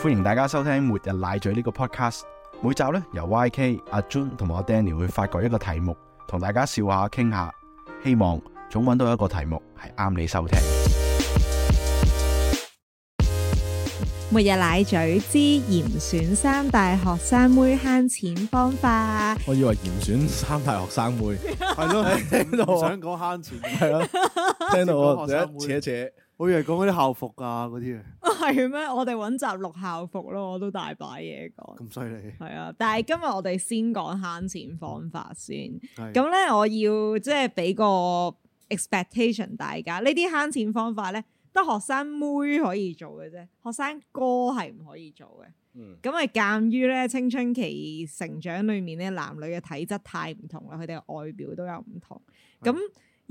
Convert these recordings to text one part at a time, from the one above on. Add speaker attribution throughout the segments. Speaker 1: 歡迎大家收聽《末日奶嘴》呢個 podcast。每集呢，由 YK、阿 Jun 同埋我 Danny 會發掘一個題目，同大家笑下、傾下，希望總揾到一個題目係啱你收聽。
Speaker 2: 末日奶嘴之嚴選三大學生妹慳錢方法，
Speaker 3: 我以為嚴選三大學生妹，
Speaker 4: 係咯，
Speaker 3: 聽到
Speaker 4: 唔
Speaker 3: 我
Speaker 4: 想講慳錢，
Speaker 3: 係咯，聽到我
Speaker 4: 直接講學生
Speaker 3: 一
Speaker 4: 妹
Speaker 3: 扯一扯，
Speaker 4: 我以為講嗰啲校服啊嗰啲啊，
Speaker 2: 係咩？我哋揾集錄校服咯，我都大把嘢講。
Speaker 4: 咁犀利。
Speaker 2: 係啊，但係今日我哋先講慳錢方法先。
Speaker 4: 係
Speaker 2: 咁咧，我要即係俾個 expectation 大家，呢啲慳錢方法咧，得學生妹可以做嘅啫，學生哥係唔可以做嘅。
Speaker 3: 嗯，
Speaker 2: 咁啊，鑑於咧青春期成長裏面咧，男女嘅體質太唔同啦，佢哋嘅外表都有唔同。咁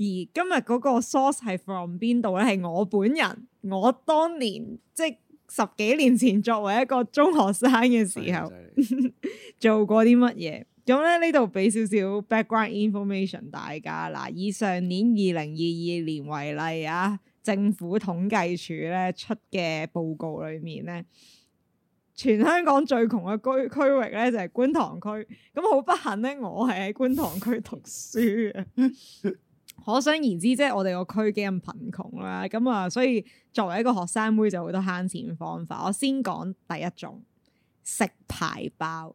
Speaker 2: 而今日嗰個 source 係 from 邊度咧？係我本人，我當年即係十幾年前作為一個中學生嘅時候
Speaker 4: 犀利 犀利
Speaker 2: 做過啲乜嘢。咁咧呢度俾少少 background information 大家嗱，以上年二零二二年為例啊，政府統計處咧出嘅報告裏面咧，全香港最窮嘅區區域咧就係、觀塘區。咁好不幸咧，我係喺觀塘區讀書嘅。可想而知，即係我哋個區幾咁貧窮啦，咁啊，所以作為一個學生妹就好多慳錢方法。我先講第一種，食排包。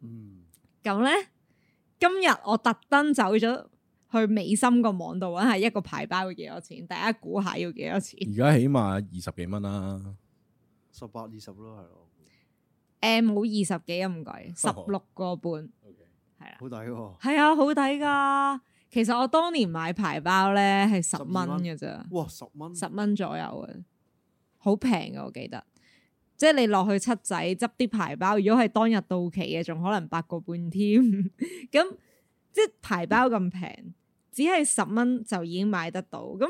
Speaker 4: 嗯，
Speaker 2: 咁咧，今日我特登走咗去美心個網度揾下一個排包要幾多錢，大家估下要幾多錢？誒、
Speaker 3: 而家起碼二十幾蚊啦，
Speaker 4: 十八二十咯，係咯，
Speaker 2: 冇二十幾咁貴，十六個半，係啦，
Speaker 4: 好抵喎。
Speaker 2: 係啊，好抵噶。其實我當年買排包咧係十蚊嘅咋，
Speaker 4: 哇，十蚊，
Speaker 2: 十蚊左右嘅，好平啊嘅我記得。即係你落去七仔執啲排包，如果係當日到期嘅，仲可能八個半添。 咁即係排包咁平，只係十蚊就已經買得到。咁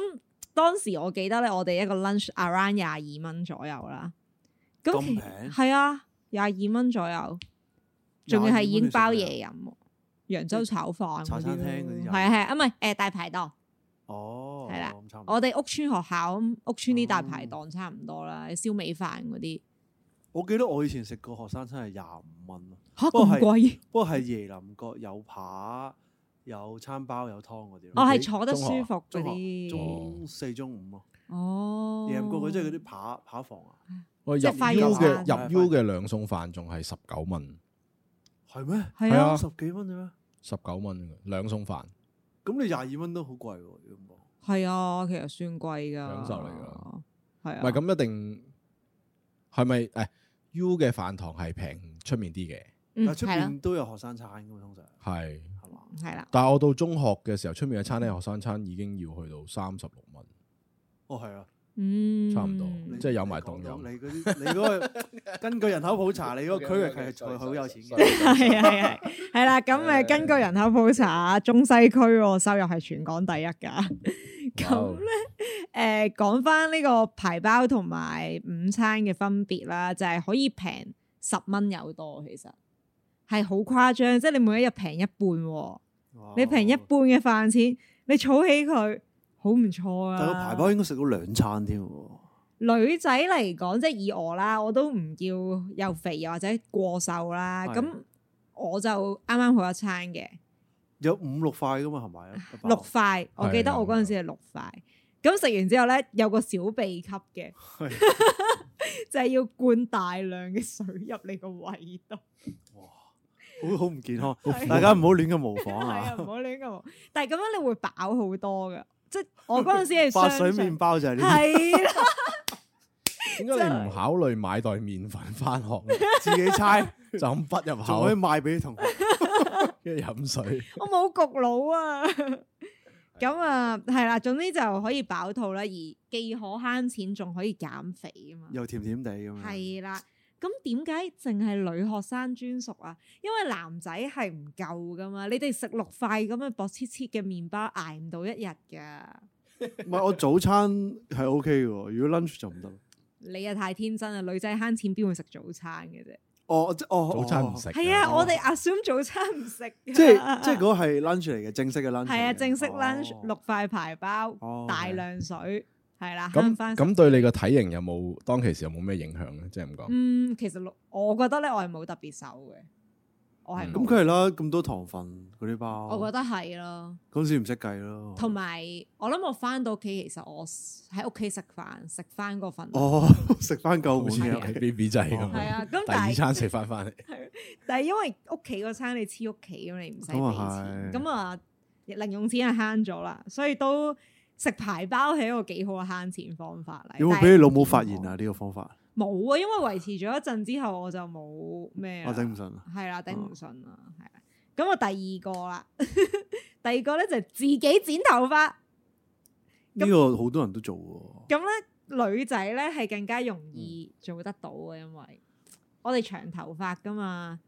Speaker 2: 當時我記得咧，我哋一個 lunch around 廿二蚊左右啦。咁
Speaker 4: 咁
Speaker 2: 其
Speaker 4: 平
Speaker 2: 係啊，廿二蚊左右，仲要係已經包嘢
Speaker 4: 啊？
Speaker 2: 飲喎，揚州炒飯嗰啲咯
Speaker 4: 茶餐廳嗰啲
Speaker 2: 係
Speaker 4: 有
Speaker 2: 啊係啊，唔係誒大排檔。
Speaker 4: 哦，
Speaker 2: 係啦
Speaker 4: 咁差唔多，
Speaker 2: 我哋屋村學校咁，屋村啲大排檔差唔多啦，燒味飯嗰啲
Speaker 4: 我記得我以前食過學生餐係廿五蚊咯，
Speaker 2: 嚇
Speaker 4: 不過
Speaker 2: 咁
Speaker 4: 係
Speaker 2: 貴，
Speaker 4: 不過係椰林角有扒、有餐包、有湯嗰啲
Speaker 2: 我
Speaker 4: 咯。
Speaker 2: 哦係坐得
Speaker 3: 中學
Speaker 2: 舒服嗰
Speaker 4: 中學
Speaker 2: 啲。
Speaker 4: 中四中五咯，
Speaker 2: 哦，
Speaker 4: 椰林角佢即係嗰啲扒扒房啊，
Speaker 3: 我入
Speaker 2: 即
Speaker 3: U
Speaker 2: 係快肉
Speaker 3: 嘅
Speaker 4: 飯
Speaker 3: 入 U 嘅兩餸飯仲係十九蚊，
Speaker 4: 係咩？
Speaker 2: 係
Speaker 3: 係
Speaker 2: 啊
Speaker 3: 啊，
Speaker 4: 十幾蚊啫咩？
Speaker 3: 十九蚊嘅兩餸飯，
Speaker 4: 咁你廿二蚊都好貴喎，如果咁講。
Speaker 2: 係啊，其實算貴㗎，
Speaker 3: 享受嚟㗎，
Speaker 2: 係
Speaker 3: 唔
Speaker 2: 啊，
Speaker 3: 係咁一定係咪？誒 U 嘅飯堂係平出面啲嘅，
Speaker 2: 嗯，
Speaker 4: 但係出
Speaker 2: 係啦，
Speaker 4: 面都有學生餐噶嘛，通常
Speaker 3: 係。
Speaker 4: 係嘛？
Speaker 2: 係啦，
Speaker 3: 但係我到中學嘅時候，出面嘅餐廳學生餐已經要去到三十六蚊，
Speaker 4: 哦，係啊，
Speaker 2: 嗯，
Speaker 3: 差唔多
Speaker 4: 你
Speaker 3: 即係有埋
Speaker 4: 你講
Speaker 3: 凍
Speaker 4: 到
Speaker 3: 飲
Speaker 4: 你嗰啲，你嗰 個根據人口普查，你嗰個區域係
Speaker 3: OK，OK，
Speaker 4: 係好有錢嘅。
Speaker 3: sorry，sorry，sorry，sorry
Speaker 2: 係啊係啊係啦，咁誒根據人口普查，中西區喎收入係全港第一㗎。咁咧誒講翻呢個排包同埋午餐嘅分別啦，就係可以平十蚊有多，其實係好誇張，即係你每一日平一半喎，
Speaker 4: 哇
Speaker 2: 你平一半嘅飯錢，你儲起佢好唔錯啊！
Speaker 4: 但個排包應該食到兩餐添喎。
Speaker 2: 女仔嚟講，即係以我啦，我都唔叫又肥又或者過瘦啦。
Speaker 4: 係
Speaker 2: 咁我就啱啱好一餐嘅
Speaker 4: 有五六塊噶嘛，係咪？一包
Speaker 2: 六塊，我記得
Speaker 3: 係
Speaker 2: 我嗰陣時係六塊。咁食完之後咧，有個小秘笈嘅， 就係要灌大量嘅水入你個胃度。
Speaker 4: 好好唔健康，
Speaker 2: 係啊
Speaker 4: 大家唔好亂咁模仿
Speaker 2: 係啊，
Speaker 4: 啊！
Speaker 2: 唔好亂咁。但係咁樣你會飽好多噶，即係我嗰陣時 係
Speaker 4: 白
Speaker 2: 相
Speaker 4: 水
Speaker 2: 信
Speaker 4: 麵包就係呢啲，
Speaker 2: 係啊啦，
Speaker 3: 點解你唔考慮買袋麵粉翻學呢？
Speaker 4: 自己 猜，
Speaker 3: 就咁筆入
Speaker 4: 仲可以
Speaker 3: 口，
Speaker 4: 賣俾同學。
Speaker 3: 跟住飲水。
Speaker 2: 我冇焗腦啊。咁啊，係啦，總之就可以飽肚啦，而既可慳錢，仲可以減肥啊嘛。
Speaker 4: 又甜甜地咁樣。
Speaker 2: 係啦，咁點解淨係女學生專屬啊？因為男仔係唔夠噶嘛，你哋食六塊咁樣薄切切嘅麵包，捱唔到一日噶。
Speaker 4: 唔係我早餐係 OK 嘅喎，如果 lunch 就唔得。
Speaker 2: 你啊太天真啦，女仔慳錢邊會食早餐嘅啫？
Speaker 4: 哦，即哦，
Speaker 3: 早餐唔食㗎。
Speaker 2: 係啊，我哋 assume 早餐唔食㗎。啊
Speaker 4: 即係即係嗰個係 lunch 嚟嘅，正式嘅 lunch 嚟嘅。
Speaker 2: 係啊，正式 lunch
Speaker 4: 哦
Speaker 2: 六塊排包
Speaker 4: 哦，
Speaker 2: 大量水，係啦，慳
Speaker 3: 咁
Speaker 2: 翻。
Speaker 3: 咁對你個體型有冇當其時有冇咩影響咧？即係咁講，
Speaker 2: 嗯，其實我覺得咧，我係冇特別瘦嘅，我係
Speaker 3: 嗯哦
Speaker 2: 冇
Speaker 4: 咁佢係啦，咁多糖分嗰啲包，
Speaker 2: 我覺得係咯。
Speaker 4: 嗰陣時唔識計咯。
Speaker 2: 同埋我諗我翻到屋企，其實我喺屋企食飯，食翻嗰份量。
Speaker 4: 哦， 食翻夠
Speaker 3: 好似
Speaker 4: 碗嘅，
Speaker 3: 喺 B B 仔咁。
Speaker 2: 係啊，咁
Speaker 3: 第
Speaker 2: 但
Speaker 3: 二
Speaker 2: 係
Speaker 3: 餐食翻翻嚟，
Speaker 2: 但係因為屋企嗰餐你黐屋企咁，你唔使俾
Speaker 3: 哦
Speaker 4: 咁啊
Speaker 2: 錢，
Speaker 4: 係
Speaker 2: 咁啊零用錢係慳咗啦，所以都食排包係一個幾好嘅慳錢方法嚟。
Speaker 4: 有冇
Speaker 2: 但
Speaker 4: 俾你
Speaker 2: 係
Speaker 4: 老母發現啊？呢個方法，
Speaker 2: 冇啊，因為維持咗一陣之後，我就冇咩啦
Speaker 4: 哦我頂唔順啦。啊
Speaker 2: 係啊啦，頂唔順啦，係啦。咁我第二個啦， 第二個咧就係自己剪頭髮。
Speaker 4: 呢個好多人都做喎。
Speaker 2: 咁咧女仔咧係更加容
Speaker 4: 嗯
Speaker 2: 易做得到嘅，因為我哋長頭髮噶嘛，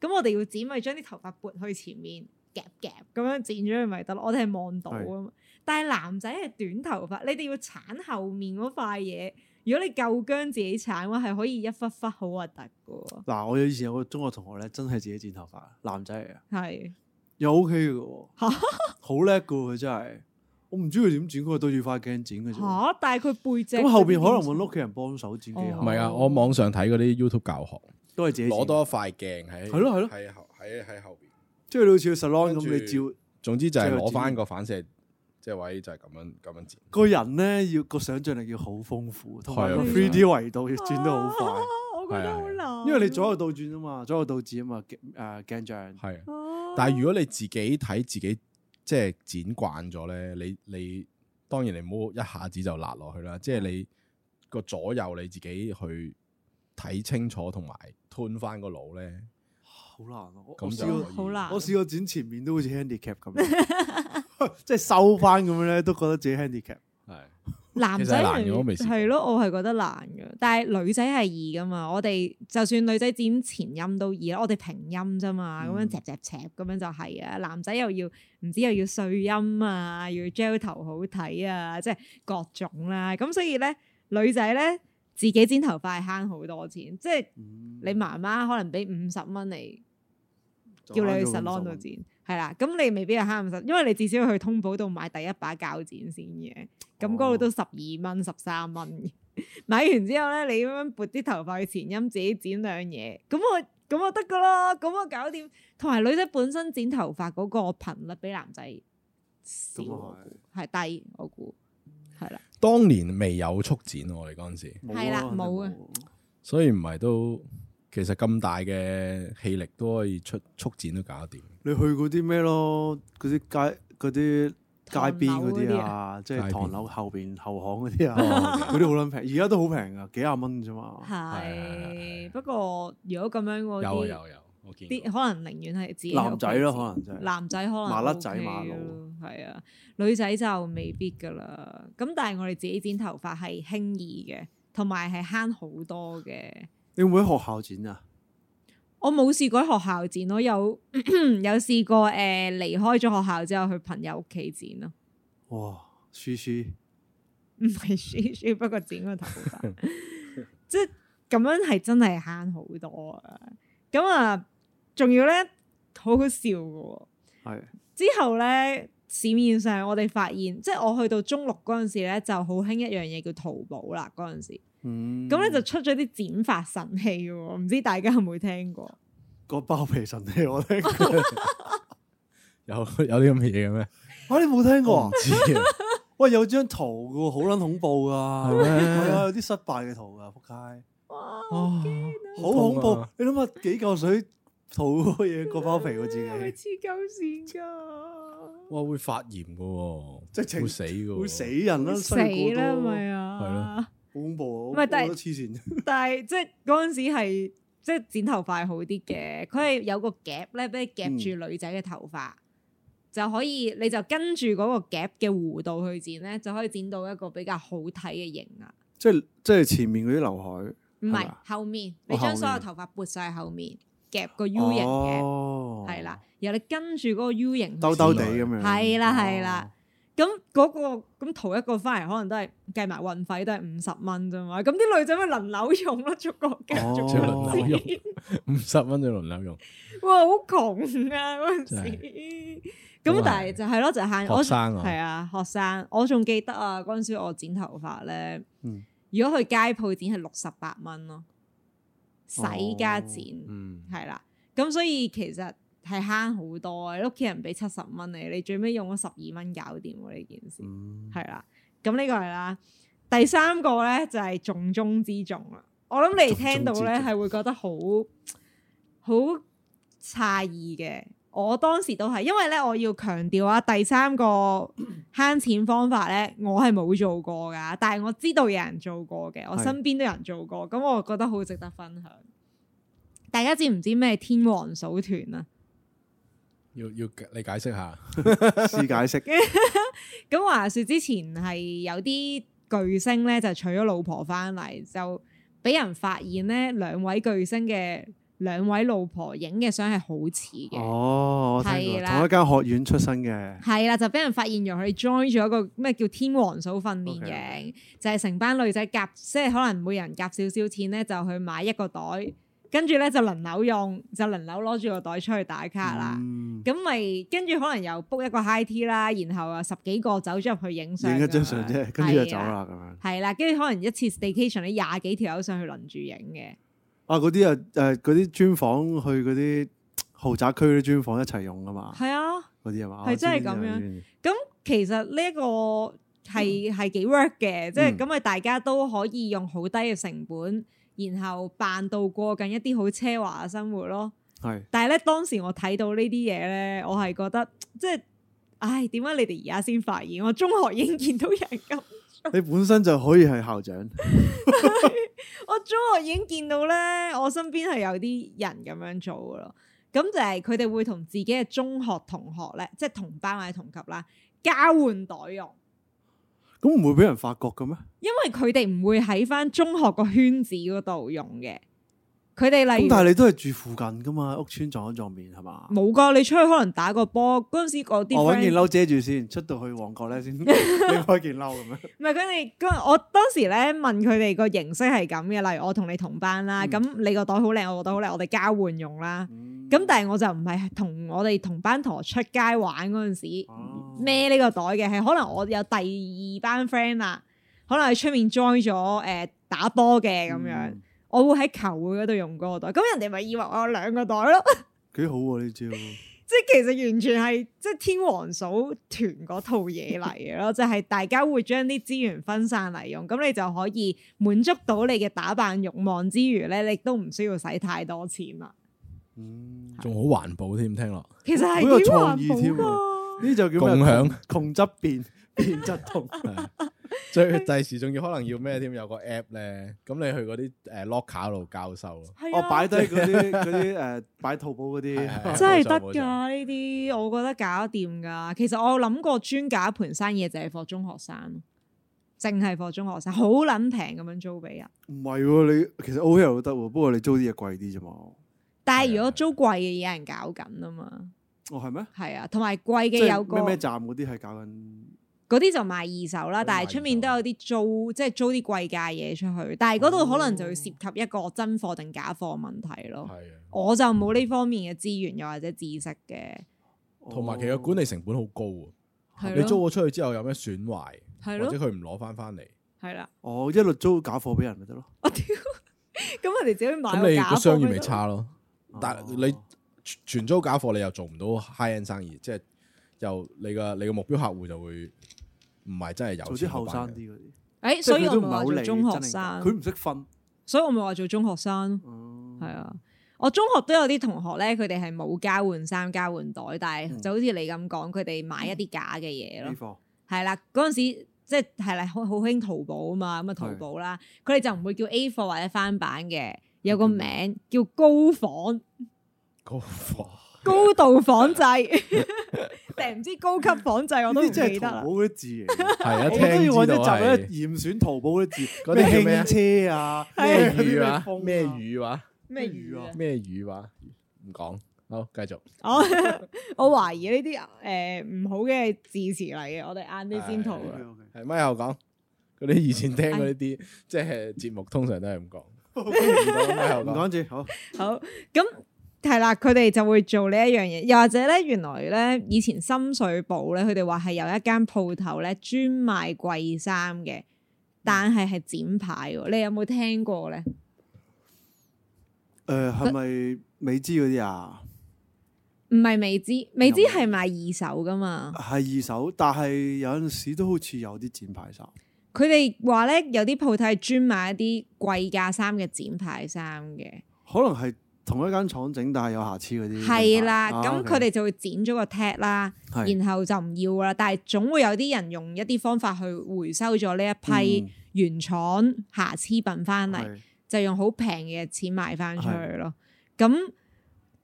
Speaker 2: 咁我哋要剪咪將啲頭髮撥去前面夾夾咁樣剪咗佢咪得咯。我哋係望到啊嘛，但係男仔係短頭髮，你哋要鏟後面嗰塊嘢。如果你夠姜自己鏟嘅話，係可以一忽忽好核突嘅喎。
Speaker 4: 嗱，我有以前有個中學同學咧，真係自己剪頭髮，男仔嚟嘅，
Speaker 2: 係
Speaker 4: 又 OK 嘅喎，好叻嘅喎，佢真係。我唔知佢點剪，佢係對住塊鏡剪嘅啫。
Speaker 2: 嚇，但係佢背脊
Speaker 4: 咁後邊
Speaker 2: 邊
Speaker 4: 可能揾屋企人幫手剪幾下
Speaker 2: 哦
Speaker 3: 唔，係啊！我網上睇嗰啲 YouTube 教學，
Speaker 4: 都係自己剪
Speaker 3: 攞，多塊鏡喺，
Speaker 4: 係咯係咯
Speaker 3: 喺後喺喺後邊。
Speaker 4: 即係你好似去 salon
Speaker 3: 跟住
Speaker 4: 咁，你照
Speaker 3: 總之就係
Speaker 4: 即係
Speaker 3: 攞翻
Speaker 4: 剪
Speaker 3: 個反射即係位，就係咁樣咁樣剪。
Speaker 4: 個人咧要個想像力要好豐富，同埋個
Speaker 2: 係啊
Speaker 4: three D 維度要轉得好
Speaker 2: 啊
Speaker 4: 快，
Speaker 2: 我覺得好
Speaker 3: 係
Speaker 2: 難，
Speaker 4: 因為你左右倒轉啊嘛，左右倒置啊嘛，誒鏡像
Speaker 3: 係啊。
Speaker 2: 啊，
Speaker 3: 但係如果你自己睇自己即係剪慣咗咧，你你當然你唔好一下子就辣落去啦，即係你個左右你自己去睇清楚同埋吞翻個腦咧，
Speaker 4: 好難啊！我我
Speaker 3: 咁
Speaker 4: 試
Speaker 3: 就可
Speaker 4: 過
Speaker 3: 以
Speaker 2: 哦好難
Speaker 4: 我試過剪前面都好似 handicap 咁樣，即係收翻咁樣咧，都覺得自己 handicap。
Speaker 3: 係
Speaker 2: 男
Speaker 3: 其
Speaker 2: 仔
Speaker 3: 實係難嘅我未
Speaker 2: 係
Speaker 3: 試過
Speaker 2: 係咯，我係覺得難嘅，但係女仔係易噶嘛。我哋就算女仔剪前音都易啦，我哋平音啫嘛，咁樣
Speaker 4: 嗯
Speaker 2: 夾夾夾咁樣就係啊。男仔又要唔知又要碎音啊，又要 gel 頭好睇啊，即係各種啦。咁所以咧，女仔咧自己剪頭髮係慳好多錢，即係
Speaker 4: 你
Speaker 2: 你媽媽可能俾五十蚊你。
Speaker 4: 啊
Speaker 2: 叫你去 salon 度剪，係啦，咁你未必係慳唔實，因為你至少要去通寶度買第一把鉸剪先嘅，咁嗰度
Speaker 4: 哦
Speaker 2: 都十二蚊、十三蚊 嘅。買完之後咧，你咁樣撥啲頭髮去前音，自己剪兩嘢，咁我咁我得噶啦，咁我搞掂。同埋女仔本身剪頭髮嗰個頻率比男仔少，
Speaker 4: 咁啊
Speaker 2: 係低，我估係啦。
Speaker 3: 當年未有速剪我哋嗰陣時，
Speaker 4: 係
Speaker 2: 係啦冇啊
Speaker 3: 所以唔係都其實咁大嘅氣力都可以出速剪都搞得掂。
Speaker 4: 你去嗰啲咩咯？嗰啲街嗰啲街
Speaker 2: 唐
Speaker 4: 邊嗰
Speaker 2: 樓嗰
Speaker 4: 啲
Speaker 2: 啲
Speaker 4: 啊，即
Speaker 3: 街
Speaker 4: 係
Speaker 3: 邊
Speaker 4: 唐樓後邊後巷嗰啲啊，嗰啲好撚平，而家都好平啊，幾廿蚊啫嘛。
Speaker 2: 係，
Speaker 3: 係
Speaker 2: 不過如果咁樣嗰
Speaker 3: 有啊
Speaker 2: 啲
Speaker 3: 有啊有啊，我見
Speaker 2: 啲
Speaker 3: 過
Speaker 2: 可能寧願係自己喺屋
Speaker 4: 男
Speaker 2: 企
Speaker 4: 仔
Speaker 2: 剪
Speaker 4: 咯，可能真係。
Speaker 2: 男仔可能
Speaker 4: 麻甩仔
Speaker 2: OK
Speaker 4: 馬佬
Speaker 2: 咯，係啊，女仔就未必噶啦。咁但係我哋自己剪頭髮係輕易嘅，同埋係慳好多嘅。
Speaker 4: 你會唔會喺學校剪啊？
Speaker 2: 我冇試過喺學校剪咯，有 有試過誒、呃、離開咗學校之後去朋友屋企剪咯，
Speaker 4: 哇，舒舒。
Speaker 2: 唔係梳梳，不過剪個頭髮， 即係咁樣係真係慳好多啊！咁啊，仲要咧好好笑嘅喎。
Speaker 4: 係
Speaker 2: 之後咧，市面上我哋發現，即係我去到中六嗰陣時咧，就好興一樣嘢叫淘寶啦。嗰陣時，
Speaker 4: 嗯，
Speaker 2: 咁咧、就出咗啲剪髮神器嘅喎，唔知大家有冇聽過？
Speaker 4: 個包皮神器我聽過，
Speaker 3: 有有啲咁嘅嘢嘅 咩？
Speaker 4: 啊你冇聽過
Speaker 3: 我
Speaker 4: 啊
Speaker 2: 嗯
Speaker 3: 唔？知啊，
Speaker 4: 喂，有張圖嘅喎，好撚恐怖噶，
Speaker 3: 係咩
Speaker 4: 係啊，有啲失敗嘅圖噶，仆街，
Speaker 2: 哇！
Speaker 3: 哦
Speaker 4: 好恐
Speaker 3: 痛
Speaker 4: 怖
Speaker 3: 啊！
Speaker 4: 你諗下幾嚿水塗嗰個嘢個包皮嗰
Speaker 2: 係咪
Speaker 4: 自
Speaker 2: 黐
Speaker 4: 己，
Speaker 2: 鳩線㗎？
Speaker 3: 哇會發炎嘅喎，
Speaker 4: 即係
Speaker 3: 會死嘅喎，
Speaker 4: 會死人啦，
Speaker 2: 死
Speaker 4: 細個
Speaker 2: 啦，
Speaker 4: 都
Speaker 2: 咪
Speaker 3: 係
Speaker 2: 啊
Speaker 3: 咯！
Speaker 4: 好恐怖
Speaker 2: 唔係
Speaker 4: 啊！我覺
Speaker 2: 但係
Speaker 4: 得黐線，
Speaker 2: 但係即係嗰陣時係即係剪頭髮係好啲嘅，佢
Speaker 4: 嗯
Speaker 2: 係有個夾咧，俾你夾住女仔嘅頭髮，就可以你就跟住嗰個夾嘅弧度去剪咧，就可以剪到一個比較好睇嘅型啊！
Speaker 4: 即係即係前面嗰啲劉
Speaker 2: 唔
Speaker 4: 係
Speaker 2: 係
Speaker 4: 嘛
Speaker 2: 後面，
Speaker 4: 哦
Speaker 2: 你將
Speaker 4: 後
Speaker 2: 所有
Speaker 4: 面
Speaker 2: 頭髮撥晒後面，夾個
Speaker 4: 海
Speaker 2: U 型嘅，
Speaker 4: 哦
Speaker 2: 係啦，然後你跟住嗰個 U 型去
Speaker 4: 兜兜地咁樣，
Speaker 2: 係啦係啦
Speaker 4: 哦，
Speaker 2: 咁嗰、個咁淘一個翻嚟，可能都係計埋運費都係五十蚊啫嘛。咁啲女仔咪輪流用咯，逐個
Speaker 4: 哦
Speaker 2: 夾逐
Speaker 3: 即係輪
Speaker 2: 個
Speaker 3: 流用
Speaker 2: 錢。
Speaker 3: 五十蚊就輪流用，
Speaker 2: 哇，好窮啊嗰陣
Speaker 3: 真係
Speaker 2: 時。
Speaker 3: 咁
Speaker 2: 咁
Speaker 3: 啊
Speaker 2: 但係就係咯，就限我
Speaker 3: 學生啊
Speaker 2: 係啊學生，我仲記得啊嗰陣時我剪頭髮咧，
Speaker 4: 嗯
Speaker 2: 如果去街鋪剪係六十八蚊咯，洗加
Speaker 4: 哦
Speaker 2: 剪
Speaker 3: 嗯，
Speaker 2: 係啦。咁所以其實係慳好多啊！你屋企人俾七十蚊你，你最尾用咗十二蚊搞掂喎呢件事，
Speaker 4: 嗯
Speaker 2: 係啦。咁呢個係啦。第三個咧就係、重中之重啦。我諗你聽到咧
Speaker 4: 重中之重
Speaker 2: 係會覺得好好詫異嘅。我當時都係，因為咧我要強調啊，第三 個慳錢方法咧，我係冇做過噶，但係我知道有人做過嘅，我
Speaker 4: 係
Speaker 2: 身邊都有人做過，咁我覺得好值得分享。大家知唔知咩天王嫂團啊？
Speaker 3: 要要你解釋下，
Speaker 4: 試解釋，
Speaker 2: 咁話説之前係有啲巨星咧，就娶咗老婆翻嚟，就俾人發現咧兩位巨星嘅兩位老婆影嘅相係好似嘅，
Speaker 4: 哦，我聽
Speaker 2: 係
Speaker 4: 過，
Speaker 2: 啦
Speaker 4: 同一間學院出身嘅，
Speaker 2: 係啦、就俾人發現原來佢哋 join 咗一個咩叫天王嫂訓練營
Speaker 4: OK，OK
Speaker 2: 就係成班女仔夾，即係可能每人夾少少錢咧，就去買一個袋，跟住咧就輪流用，就輪流攞住個袋出去打卡啦。
Speaker 4: 嗯
Speaker 2: 咁咪跟住可能又 book 一個 high tea 啦，然後啊十幾個走咗入去影相，
Speaker 4: 影一張相啫，跟住就
Speaker 2: 係
Speaker 4: 走
Speaker 2: 啊。
Speaker 4: 啦咁樣。
Speaker 2: 係啦，跟住可能一次 station 你廿幾條友上去輪住影嘅，
Speaker 4: 啊，嗰啲啊誒嗰啲專訪去嗰啲呃豪宅區嗰啲專訪一齊用噶嘛，
Speaker 2: 係啊，
Speaker 4: 嗰啲係嘛？
Speaker 2: 係
Speaker 4: 我知
Speaker 2: 真係
Speaker 4: 知
Speaker 2: 咁
Speaker 4: 知
Speaker 2: 樣
Speaker 4: 知
Speaker 2: 咁其實呢一個係係幾 work 嘅，即係咁咪大家都可以用好低嘅成本，然後扮到過緊一啲好奢華嘅生活咯。
Speaker 4: 係
Speaker 2: 但係咧，當時我睇到呢啲嘢咧，我係覺得即係，唉，點解你哋而家先發現？我中學已經見到有人咁，哦
Speaker 4: 你本身就可以係校長，
Speaker 2: 我中學已經見到咧，我身邊係有啲人咁樣做噶咯。咁就係佢哋會同自己嘅中學同學咧，即係同班或者同級啦，交換袋用，
Speaker 4: 咁唔會俾人發覺嘅咩？
Speaker 2: 因為佢哋唔會喺翻中學個圈子嗰度用嘅。佢哋例
Speaker 4: 咁
Speaker 2: 如
Speaker 4: 但係你都係住附近噶嘛，屋村撞一撞面係嘛？
Speaker 2: 冇噶，你出去可能打個波嗰陣時，嗰嗯啲
Speaker 4: 我揾哦件
Speaker 2: friend
Speaker 4: 褸遮住先，出到去旺角咧 先拎開件褸咁樣。
Speaker 2: 唔係佢哋嗰我當時咧問佢哋個形式係咁嘅，例如我同你同班啦，
Speaker 4: 嗯
Speaker 2: 咁、你個袋好靚，我個袋好靚，我哋交換用啦。咁、
Speaker 4: 咁
Speaker 2: 但係我就唔係同我哋同班同學出街玩嗰陣時。
Speaker 4: 哦係
Speaker 2: 孭呢個袋嘅，係可能我有第二班 friend 啦，可能喺出面 join 咗誒打波嘅咁樣，
Speaker 4: 嗯
Speaker 2: 我會喺球會嗰度用嗰個袋，咁人哋咪以為我有兩個袋咯，
Speaker 4: 幾好喎呢招，
Speaker 2: 即係其實完全係即係天王嫂團嗰套嘢嚟嘅 咯，就係大家會將啲資源分散嚟用，咁你就可以滿足到你嘅打扮慾望之餘咧，你都唔需要使太多錢啦。
Speaker 4: 嗯
Speaker 3: 仲好環保添，聽落
Speaker 2: 其實係
Speaker 4: 好有
Speaker 2: 幾
Speaker 4: 創意
Speaker 2: 環
Speaker 4: 添
Speaker 2: 保
Speaker 4: 啊
Speaker 2: 㗎。
Speaker 4: 呢就叫咩
Speaker 3: 共 享
Speaker 4: 窮則變，變則通。
Speaker 3: 係最第時仲要可能要咩添？有個 app 咧，咁你去嗰啲誒 locker 度交收咯，
Speaker 2: 係
Speaker 4: 我
Speaker 2: 啊
Speaker 4: 哦擺低嗰啲嗰啲誒擺淘寶嗰
Speaker 3: 係係
Speaker 4: 啲
Speaker 3: 係
Speaker 2: 真係得
Speaker 3: 冇錯冇
Speaker 2: 㗎呢啲，我覺得搞得掂㗎。其實我諗過專搞一盤生意，就係課中學生，淨係課中學生，好撚平咁樣租俾人。
Speaker 4: 唔係喎，你其實 O L 都得喎，不過你租啲嘢貴啲啫嘛。
Speaker 2: 但係
Speaker 3: 係啊
Speaker 2: 如果租貴嘅嘢，有人搞緊啊嘛，
Speaker 4: 哦，係咩？
Speaker 2: 係啊，同埋貴
Speaker 4: 即
Speaker 2: 嘅
Speaker 4: 係
Speaker 2: 有個
Speaker 4: 咩咩站嗰啲係搞緊，
Speaker 2: 嗰啲就賣二手啦，
Speaker 3: 都
Speaker 2: 但
Speaker 3: 賣
Speaker 2: 係出面都有啲租，即係租啲貴價嘢出去。但係嗰
Speaker 3: 哦
Speaker 2: 度可能就會涉及一個真貨定假貨問題咯。
Speaker 3: 係啊，
Speaker 2: 我就冇呢方面嘅資源，又或者知識嘅，
Speaker 4: 哦
Speaker 3: 同埋其實管
Speaker 4: 理
Speaker 3: 理成本好高喎。
Speaker 2: 係
Speaker 3: 你
Speaker 2: 咯，
Speaker 3: 租咗出去之後有咩損壞，
Speaker 2: 係
Speaker 3: 或者
Speaker 2: 咯，
Speaker 3: 佢唔攞翻翻嚟，
Speaker 2: 係啦。
Speaker 4: 哦一律租假貨俾人咪得咯。
Speaker 2: 我屌，咁人哋自己買
Speaker 3: 咁你
Speaker 2: 假
Speaker 3: 個
Speaker 2: 貨
Speaker 3: 商譽
Speaker 2: 咩
Speaker 3: 咪差咯？但
Speaker 4: 哦
Speaker 3: 你全全租假貨，你又做唔到 high end 生意，即係又你個你個目標客戶就會唔係真係有
Speaker 4: 做啲
Speaker 3: 錢嗰
Speaker 4: 後
Speaker 3: 班
Speaker 4: 生
Speaker 3: 嘅
Speaker 4: 啲嗰啲，
Speaker 2: 誒，
Speaker 4: 即係
Speaker 2: 所
Speaker 4: 佢
Speaker 2: 以我
Speaker 4: 都
Speaker 2: 咪
Speaker 4: 係
Speaker 2: 話
Speaker 4: 好
Speaker 2: 做
Speaker 4: 理
Speaker 2: 中學
Speaker 4: 真定假
Speaker 2: 生，
Speaker 4: 佢唔識分。
Speaker 2: 所以我咪話做中學生，
Speaker 4: 哦
Speaker 2: 係啊。我中學都有啲同學咧，佢哋係冇交換衫、交換袋，但係
Speaker 4: 嗯
Speaker 2: 就好似你咁講，佢哋買一啲假嘅嘢
Speaker 4: 呢
Speaker 2: 咯，
Speaker 4: 貨
Speaker 2: 係啦。嗰陣時即係係啦，好好興淘寶啊嘛，咁啊淘寶啦，
Speaker 4: 嗯
Speaker 2: 佢哋就唔會叫 A 貨或者翻版嘅，有個名叫高 仿、
Speaker 3: 高貨，
Speaker 2: 高度仿製， 定唔知高級仿製我都
Speaker 4: 呢
Speaker 2: 唔
Speaker 4: 啲真
Speaker 2: 記
Speaker 4: 係
Speaker 2: 得
Speaker 4: 淘
Speaker 2: 啦
Speaker 4: 寶。嗰啲字嚟嘅。
Speaker 3: 係啊，
Speaker 4: 我
Speaker 3: 聽
Speaker 4: 都要
Speaker 3: 知道係
Speaker 4: 揾一集啊咧嚴選淘寶嗰啲字，
Speaker 3: 嗰啲叫咩啊
Speaker 4: 咩輕車啊，
Speaker 3: 咩
Speaker 4: 嗰啲
Speaker 3: 語啊
Speaker 4: 風，
Speaker 3: 咩語話，
Speaker 2: 咩魚啊？
Speaker 3: 咩語話，唔講好，繼續。
Speaker 2: 我哦 我懷疑呢啲诶唔好嘅字詞嚟嘅，我哋晏啲先啊討
Speaker 3: 係
Speaker 2: 論。
Speaker 4: OK，OK
Speaker 3: 係咪後講嗰啲以前聽嗰啲即係節目，通常都係咁 講。唔講咪後
Speaker 4: 唔
Speaker 3: 講，
Speaker 4: 講住，好
Speaker 2: 好，咁係啦，佢哋就會做呢一樣嘢，又或者咧，原來咧以前深水埗咧，佢哋話係有一間鋪頭咧專賣貴衫嘅，但係係剪牌喎，你有冇聽過咧？
Speaker 4: 誒係咪美知嗰啲啊？
Speaker 2: 唔係美知，美知係賣二手噶嘛。
Speaker 4: 係二手，但係有陣時都好似有啲剪牌衫。
Speaker 2: 佢哋話咧，有啲鋪頭係專賣一啲貴價衫嘅剪牌衫嘅，
Speaker 4: 可能係同一間廠整，但係有瑕疵嗰啲。
Speaker 2: 係啦。
Speaker 4: 啊
Speaker 2: 咁
Speaker 4: OK
Speaker 2: 佢哋就會剪咗個 tag 啦，
Speaker 4: 係
Speaker 2: 然後就唔要啦。但係總會有啲人用一啲方法去回收咗呢一批
Speaker 4: 嗯
Speaker 2: 原廠瑕疵品翻嚟，
Speaker 4: 係
Speaker 2: 就用好平嘅錢賣翻出去咯。咁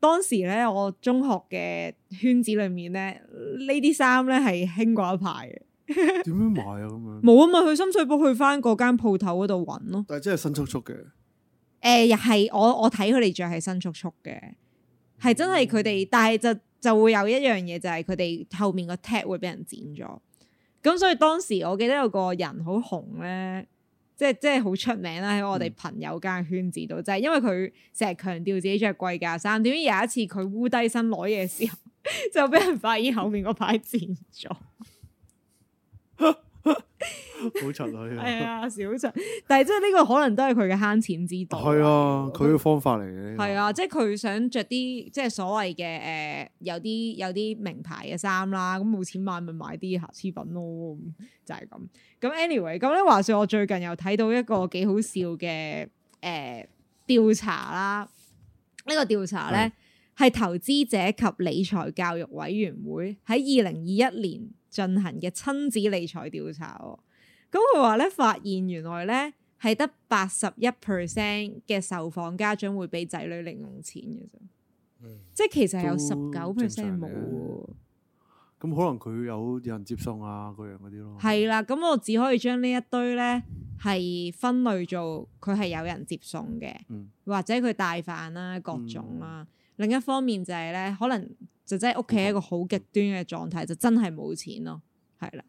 Speaker 2: 當時咧，我中學嘅圈子裏面咧，呢啲衫咧係興過一排嘅。
Speaker 4: 點樣買啊？咁樣，
Speaker 2: 冇啊嘛，去深水埗去翻嗰間鋪頭嗰度揾咯。
Speaker 4: 但係真係新速速 嘅。
Speaker 2: 誒、呃又係我我睇佢哋着係新速速嘅，係真係佢
Speaker 4: 嗯
Speaker 2: 哋，但係就就會有一樣嘢就係佢哋後面個 tag 會俾人剪咗。咁所以當時我記得有個人好紅咧，即係即係好出名啦喺我
Speaker 4: 嗯
Speaker 2: 哋朋友間圈子度，就係因為佢成日強調自己着貴價衫，點知有一次佢烏低身攞嘢嘅時候， 就俾人發現後面嗰排剪 咗。
Speaker 4: 好柒啊！
Speaker 2: 係
Speaker 4: 呢
Speaker 2: 啊，小陳，但係即係呢個可能都係佢嘅慳錢之
Speaker 4: 個
Speaker 2: 道。
Speaker 4: 係啊，佢嘅方法嚟嘅。呢個
Speaker 2: 係，啊，即係佢想着啲即係所謂嘅誒、呃有啲有啲名牌嘅衫啦，咁冇錢買咪買啲瑕疵品咯，就係、咁。咁 anyway，咁咧話說我最近又睇到一個幾好笑嘅誒、呃、調查啦，呢、個調查咧係投資者及理財教育委員會喺二零二一年進行嘅親子理財調查喎。咁佢話咧，發現原來咧係得八十一 percent 嘅受訪家長會俾仔女零用錢嘅啫，即係其實有十九
Speaker 4: 嗯都正常
Speaker 2: percent 冇
Speaker 4: 嘅
Speaker 2: 喎。
Speaker 4: 咁可能佢有有人接送啊，嗰樣嗰啲咯。
Speaker 2: 係啦，咁我只可以將呢一堆咧係分類做佢係有人接送嘅，
Speaker 4: 嗯
Speaker 2: 或者佢帶飯啦，各種啦。另一方面就係咧，可能就真係屋企係一個好極端嘅狀態，就真係冇錢咯，係啦。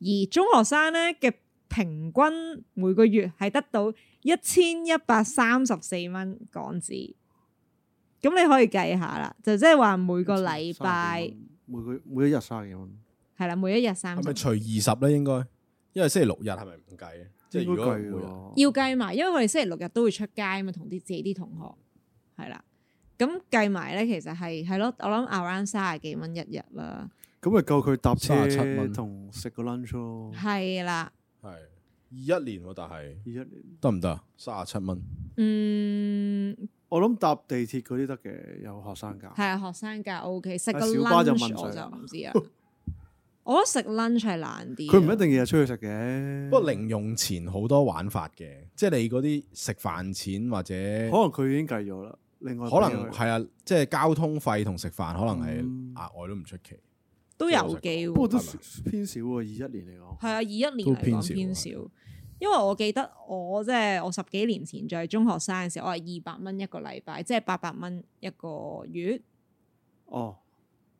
Speaker 2: 而中學生咧嘅平均每個月係得到一千一百三十四蚊港紙。咁你可以計下啦，就即係話每個禮拜
Speaker 4: 每個每一日卅幾蚊，
Speaker 2: 係啦，每一日三
Speaker 3: 係
Speaker 2: 十
Speaker 3: 咪除二十咧？應該，因為星期六日係咪唔計嘅？即係
Speaker 4: 應
Speaker 3: 如
Speaker 4: 該
Speaker 3: 果
Speaker 4: 計
Speaker 3: 每日
Speaker 4: 喎。
Speaker 2: 要計埋，因為我哋星期六日都會出街啊嘛，同啲自己啲同學係啦。咁計埋咧，其實係係咯，我諗 around 三十幾蚊一日啦，
Speaker 4: 咁咪夠佢搭
Speaker 3: 37蚊
Speaker 4: 車同食個 lunch 咯。
Speaker 2: 係啦，
Speaker 3: 係二一年喎，但係
Speaker 4: 二一年，
Speaker 3: 得唔得啊？三十七蚊，
Speaker 2: 嗯，
Speaker 4: 我諗搭地鐵嗰啲得嘅，有學生價。
Speaker 2: 係啊，學生價 O K，食個
Speaker 4: 但係小巴就
Speaker 2: lunch
Speaker 4: 問
Speaker 2: 我
Speaker 4: 水
Speaker 2: 就
Speaker 4: 啦
Speaker 2: 唔知啊，我覺得食 lunch 係難啲啊，
Speaker 4: 佢唔一定日日出去食嘅。
Speaker 3: 不過零用錢好多玩法嘅，即係你嗰啲食飯錢或者
Speaker 4: 可能佢已經計咗啦。另外
Speaker 3: 可
Speaker 4: 俾
Speaker 3: 能
Speaker 4: 佢
Speaker 3: 係啊，即係交通費同食飯可能係
Speaker 4: 嗯
Speaker 3: 額外都唔出奇。
Speaker 2: 都有機
Speaker 4: 不過
Speaker 2: 會，
Speaker 4: 都
Speaker 3: 係咪
Speaker 4: 偏少喎。二一年嚟講，
Speaker 2: 係啊，二一年
Speaker 3: 都
Speaker 2: 嚟
Speaker 3: 偏
Speaker 2: 講
Speaker 3: 少
Speaker 2: 偏
Speaker 3: 啊
Speaker 2: 少，因為我記得我即係我十幾年前就係中學生嘅時候，我係二百蚊一個禮拜，即係八百蚊一個月。
Speaker 4: 哦，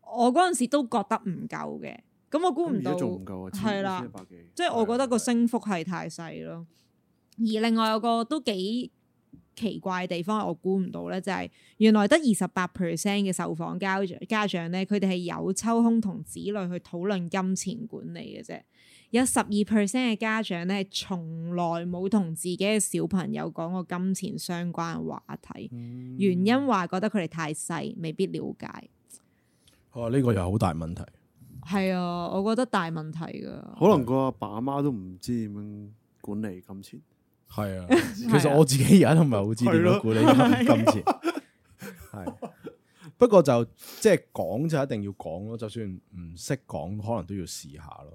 Speaker 2: 我嗰陣時都覺得唔夠嘅，咁我估
Speaker 4: 咁
Speaker 2: 唔
Speaker 4: 而家
Speaker 2: 到，
Speaker 4: 仲唔夠啊？啊
Speaker 2: 係啦
Speaker 4: 一百幾。
Speaker 2: 即係我覺得個升幅係太細咯。而另外有個都幾奇怪嘅地方，我估唔到咧，就係、原來得二十八 percent 嘅受訪家家長咧，佢哋係有抽空同子女去討論金錢管理嘅啫。有十二 percent 嘅家長咧，係從來冇同自己嘅小朋友講過金錢相關嘅話題，
Speaker 4: 嗯
Speaker 2: 原因話覺得佢哋太細，未必了解。
Speaker 3: 哦，呢個又好大問題。
Speaker 2: 係啊，我覺得大問題噶。
Speaker 4: 啊可能個阿爸阿媽都唔知點樣管理金錢。
Speaker 3: 係啊， 其實我自己而家都唔係好知點樣管理 金錢。係， 不過就即係講就一定要講咯，就算唔識講，可能都要試下咯。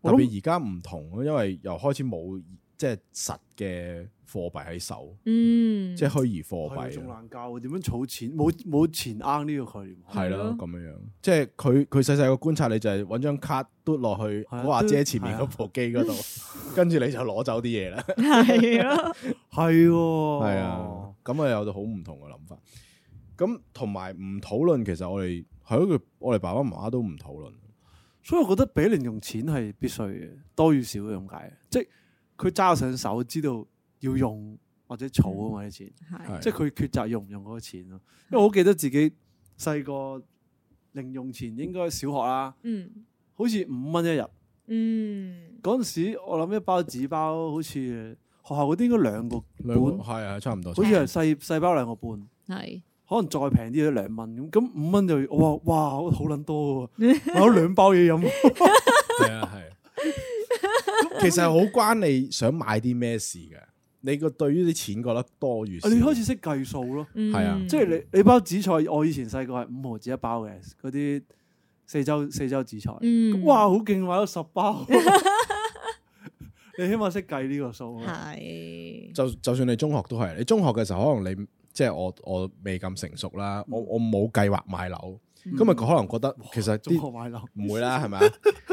Speaker 4: 我
Speaker 3: 特
Speaker 4: 諗
Speaker 3: 別而家唔同咯，因為又開始冇即係實嘅貨幣喺手，
Speaker 2: 嗯，
Speaker 3: 即係虛擬貨
Speaker 4: 係啊仲
Speaker 3: 幣啊。
Speaker 4: 難教喎，點樣儲錢？冇冇錢啱呢個概念。
Speaker 3: 係
Speaker 2: 係咯
Speaker 3: 咯，咁樣樣，即係佢佢細細個觀察你就係揾張卡嘟落去
Speaker 4: 係啊
Speaker 3: 嗰阿
Speaker 4: 嘟
Speaker 3: 姐前面
Speaker 4: 係啊啊
Speaker 3: 嗰部機嗰度， 跟住你就攞走啲嘢 啦。
Speaker 2: 係咯，
Speaker 4: 係喎，哦
Speaker 3: 啊係啊，咁啊有到好唔同嘅諗法。咁同埋唔討論，其實我哋係咯，佢我哋爸爸媽媽都唔討論。
Speaker 4: 所以我覺得俾零用錢係必須嘅，多與少咁解。即係佢揸上手，知道要用或者儲啊嘛啲錢，
Speaker 2: 嗯係
Speaker 4: 即係佢抉擇用唔用嗰個錢咯。因為我好記得自己細個零用錢應該小學啦，
Speaker 2: 嗯
Speaker 4: 好似五蚊一日。
Speaker 2: 嗯
Speaker 4: 嗰陣時我諗一包紙包好似學校嗰啲應該兩個
Speaker 3: 兩個
Speaker 4: 半，
Speaker 3: 係啊，差唔多。
Speaker 4: 好似係細細包兩個半。
Speaker 2: 係
Speaker 4: 可能再平啲都兩蚊咁，咁五蚊就哇哇好撚多喎，買咗兩包嘢飲。
Speaker 3: 係啊係。其實好關你想買啲咩事嘅，你個對於啲錢覺得多與少。
Speaker 4: 啊你開始識計數咯，
Speaker 2: 嗯
Speaker 3: 係啊
Speaker 4: 即係你你包紫菜，我以前細個係五毫子一包嘅，嗰啲四周四周紫菜，
Speaker 2: 嗯
Speaker 4: 哇好勁買咗十 包， 你起碼識計呢個數啊，
Speaker 2: 係
Speaker 3: 就就算你中學都係，你中學嘅時候可能你即係我我未咁成熟啦，
Speaker 4: 嗯
Speaker 3: 我我冇計劃買樓，咁啊咪可能覺得其實
Speaker 4: 中
Speaker 3: 啲
Speaker 4: 學買樓
Speaker 3: 唔會啦，係咪啊？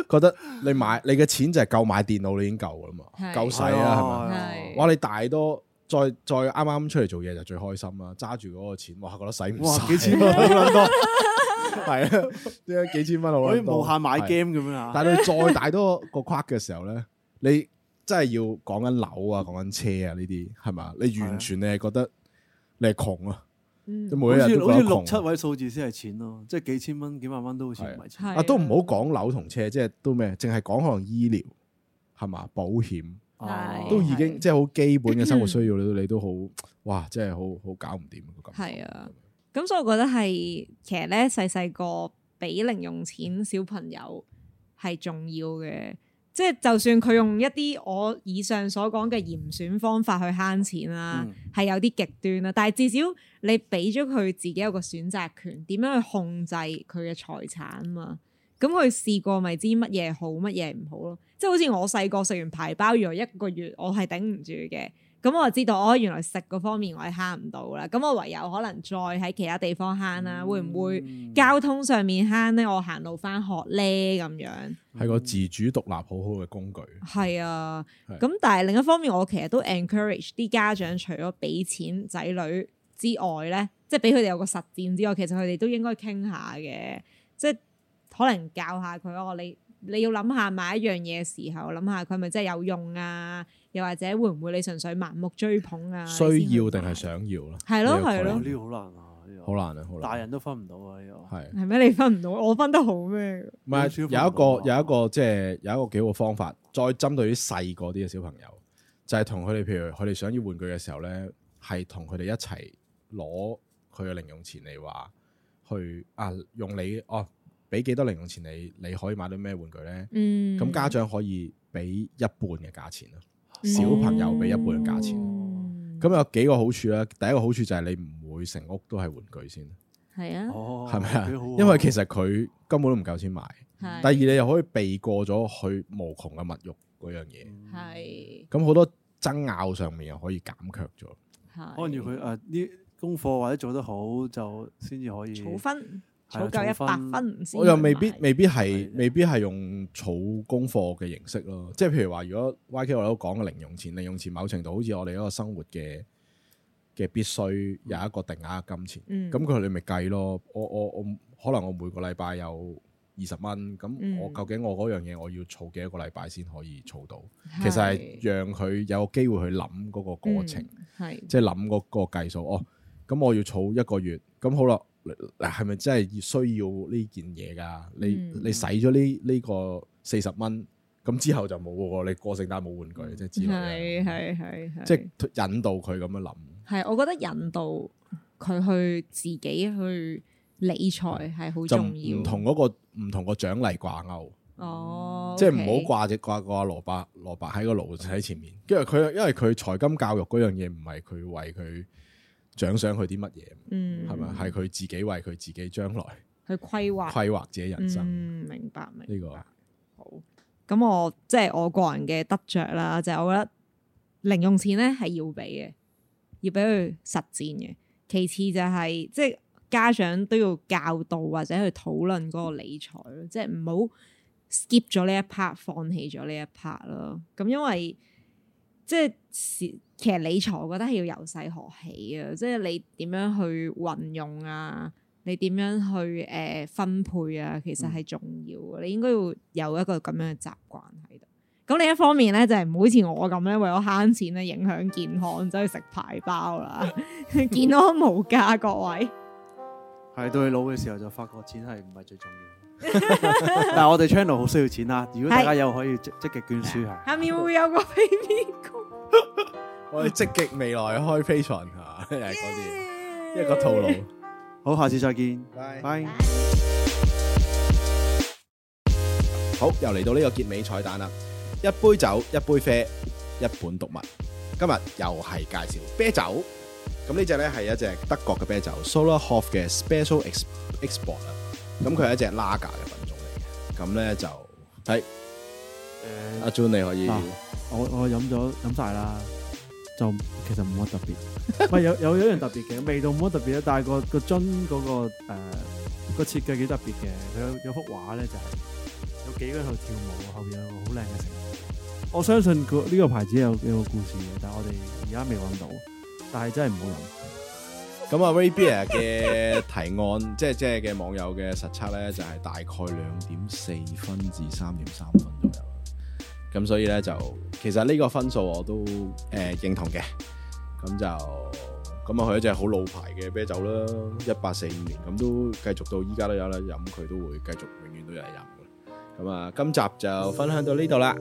Speaker 3: 覺得你買你嘅錢就係夠買電腦，你已經夠噶啦嘛，
Speaker 2: 係
Speaker 3: 夠使
Speaker 4: 係啊
Speaker 3: 啦，啊係咪？
Speaker 2: 係
Speaker 3: 哇！你大多再再啱啱出嚟做嘢就最開心啦，揸住嗰個錢，哇！覺得使唔
Speaker 4: 哇
Speaker 3: 晒
Speaker 4: 幾千蚊好撚多，
Speaker 3: 係啊，點解幾千蚊好
Speaker 4: 可以
Speaker 3: 撚多
Speaker 4: 無限買
Speaker 3: 係啊
Speaker 4: game 咁樣啊，
Speaker 3: 但係你再大多個框嘅時候咧，你真係要講緊樓啊，講緊車啊呢啲係嘛？你完全你係覺得你係窮啊，
Speaker 2: 嗯
Speaker 3: 你每
Speaker 4: 好
Speaker 3: 一日都
Speaker 4: 似
Speaker 3: 覺
Speaker 4: 好似
Speaker 3: 得
Speaker 4: 六七
Speaker 3: 窮啊。
Speaker 4: 位數字先係錢咯，即係幾千蚊幾萬蚊都好似唔係錢，
Speaker 2: 係
Speaker 3: 啊，都唔好講樓同車，即係都咩？淨係講可能醫療係嘛，保險
Speaker 4: 哦
Speaker 3: 都已
Speaker 2: 係
Speaker 3: 經即係好基本嘅生活需要，你都你都好哇！真係好好搞唔掂個感覺
Speaker 2: 係啊，咁所以我覺得係其實咧細細個俾零用錢小朋友係重要嘅，即係就算佢用一啲我以上所講嘅嚴選方法去慳錢啦，
Speaker 4: 嗯
Speaker 2: 係、有啲極端啦，但係至少你俾咗佢自己有個選擇權，點樣去控制佢嘅財產啊嘛。咁佢試過咪知乜嘢好，乜嘢唔好咯。即係好似我細個食完排包，原來一個月我係頂唔住嘅。咁我就知道，哦，原來食嗰方面我係慳唔到啦。咁我唯有可能再喺其他地方慳啦。啊會唔會
Speaker 4: 嗯
Speaker 2: 交通上面慳咧？我行路翻學咧咁樣。
Speaker 3: 係個自主獨立好好嘅工具。
Speaker 2: 係啊，
Speaker 3: 係
Speaker 2: 咁但係另一方面，我其實都 encourage 啲家長，除咗俾錢仔女之外咧，即係俾佢哋有個實踐之外，其實佢哋都應該傾下嘅，即係可能教下佢哦，你你要諗下買一樣嘢嘅時候，諗下佢係咪真係有用啊？又或者會唔會你純粹盲目追捧啊？
Speaker 3: 需要定係想要啦？
Speaker 2: 係咯
Speaker 3: 呢個概
Speaker 2: 係咯
Speaker 4: 哦
Speaker 3: 念
Speaker 4: 呢個好難啊，呢個
Speaker 3: 好難啊，好難。
Speaker 4: 大人都分唔到啊呢個。
Speaker 3: 係
Speaker 2: 係咩？你分唔到，我分得好咩？
Speaker 3: 唔係有
Speaker 4: 小
Speaker 3: 一
Speaker 4: 朋友
Speaker 3: 個
Speaker 4: 啊
Speaker 3: 有一個即係有一個幾好方法，再針對啲細個啲嘅小朋友，就係同佢哋譬如佢哋想要玩具嘅時候咧，係同佢哋一齊攞佢嘅零用錢嚟話去啊，用你哦俾幾多零用錢你，你可以買到咩玩具咧？
Speaker 2: 嗯，
Speaker 3: 咁、家長可以俾一半嘅價錢咯。
Speaker 2: 嗯
Speaker 3: 小朋友俾一半嘅價錢
Speaker 2: 嗯
Speaker 3: 咁有幾個好處啦，第一個好處就係你唔會成屋都係玩具先，
Speaker 2: 係啊，
Speaker 4: 哦，
Speaker 3: 係咪啊
Speaker 4: 幾好喎？
Speaker 3: 因為其實佢根本都唔夠錢買。
Speaker 2: 係
Speaker 3: 第二你又可以避過咗佢無窮嘅物慾嗰樣
Speaker 4: 嗯
Speaker 3: 嘢。
Speaker 2: 係
Speaker 3: 咁好多爭拗上面又可以減卻咗。
Speaker 2: 係
Speaker 4: 按住佢誒啲呃功課或者做得好就先至可以
Speaker 2: 儲分，
Speaker 4: 係啊
Speaker 2: 儲夠一
Speaker 4: 儲分
Speaker 2: 百分先。
Speaker 3: 啊我又未必未必
Speaker 4: 係
Speaker 3: 係
Speaker 4: 啊
Speaker 3: 未必係用儲功課嘅形式咯，即係譬如話，如果 YK 我哋都講嘅零用錢，零用錢某程度好似我哋一個生活嘅嘅必須有一個定額嘅金錢。
Speaker 2: 嗯
Speaker 3: 咁佢哋咪計咯，我我我可能我每個禮拜有二十蚊，咁
Speaker 2: 嗯
Speaker 3: 我究竟我嗰樣嘢我要儲幾多個禮拜先可以儲到？其實係讓佢有機會去諗嗰個過程。
Speaker 2: 嗯係
Speaker 3: 即係諗嗰個計數哦。咁我要儲一個月，咁好啦，嗱係咪真係需要呢件嘢㗎？你
Speaker 2: 嗯
Speaker 3: 你使咗呢呢個四十蚊，咁之後就冇喎。你過聖誕冇玩具，即係之類
Speaker 2: 嗯係
Speaker 3: 嘅，
Speaker 2: 係係係，
Speaker 3: 即係引導佢咁樣諗。
Speaker 2: 係我覺得引導佢去自己去理財係好
Speaker 3: 就
Speaker 2: 重要。
Speaker 3: 唔同嗰個唔同個獎勵掛鈎，
Speaker 2: 哦，
Speaker 3: 即係唔好掛隻掛掛蘿蔔蘿蔔喺個爐仔前面，因為佢因為佢財金教育嗰樣嘢唔係佢為佢獎賞佢啲乜嘢，
Speaker 2: 嗯
Speaker 3: 係咪？係佢自己為佢自己將來
Speaker 2: 去規劃
Speaker 3: 規劃自己人生。
Speaker 2: 嗯，明白明白
Speaker 3: 呢個
Speaker 2: 好，咁我即係我個人嘅得着啦，就係我覺得零用錢咧係要俾嘅，要俾佢實踐嘅。其次就係、即係家長都要教導或者去討論嗰個理財咯，即係唔好 skip 咗呢一 part，放棄咗呢一 part 咯。咁因為即係是其實理財，我覺得係要由細學起啊！即係你點樣去運用啊，你點樣去誒、呃分配啊，其實係重要嘅。你應該要有一個咁樣嘅習慣喺度。咁另一方面咧，就係唔好似我咁咧，為咗慳錢咧，影響健康，走去食排包啦，健康無價，各位。
Speaker 4: 係到你老嘅時候就發覺錢係唔係最重要。 但係我哋 channel 好需要錢啦，如果大家有可以積積極捐啊輸下。
Speaker 2: 下面會有個 baby 歌，
Speaker 3: 我哋積極未來開 patron 嚇， 又係嗰啲一個套路。
Speaker 4: 好，下次再見，
Speaker 3: 拜
Speaker 4: 拜。
Speaker 3: 好，又嚟到呢個結尾彩蛋啦！一杯酒，一杯啡，一本讀物。今日又係介紹啤酒。咁呢只呢係一隻德國嘅啤酒 s o l a h o f 嘅 Special Ex- Export 啦。咁佢係一隻拉格嘅品種嚟嘅。咁呢就係阿 Jun 你可以
Speaker 4: 嗱我我飲咗飲晒啦，就其實冇乜特別，唔係有有有一樣特別嘅味道冇乜特別啦，啊但係個個樽嗰、個誒、個設計幾特別嘅，佢有有幅畫咧就係、有幾個人喺度跳舞，後邊有個好靚嘅城堡。我相信佢呢個牌子有有個故事嘅，但係我哋而家未揾到，但係真係唔好飲。
Speaker 3: 咁啊 Ray Beer 嘅提案，即係即係嘅網友嘅實測咧，就係、大概兩點四分至三點三分左右。咁所以咧就其實呢個分數我都誒、呃、認同嘅。咁就咁啊，佢一隻好老牌嘅啤酒啦，一八四五年，咁都繼續到依家都有啦，飲佢都會繼續永遠都有人飲嘅。咁啊，今集就分享到呢度啦，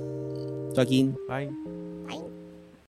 Speaker 3: 再見。
Speaker 4: 拜。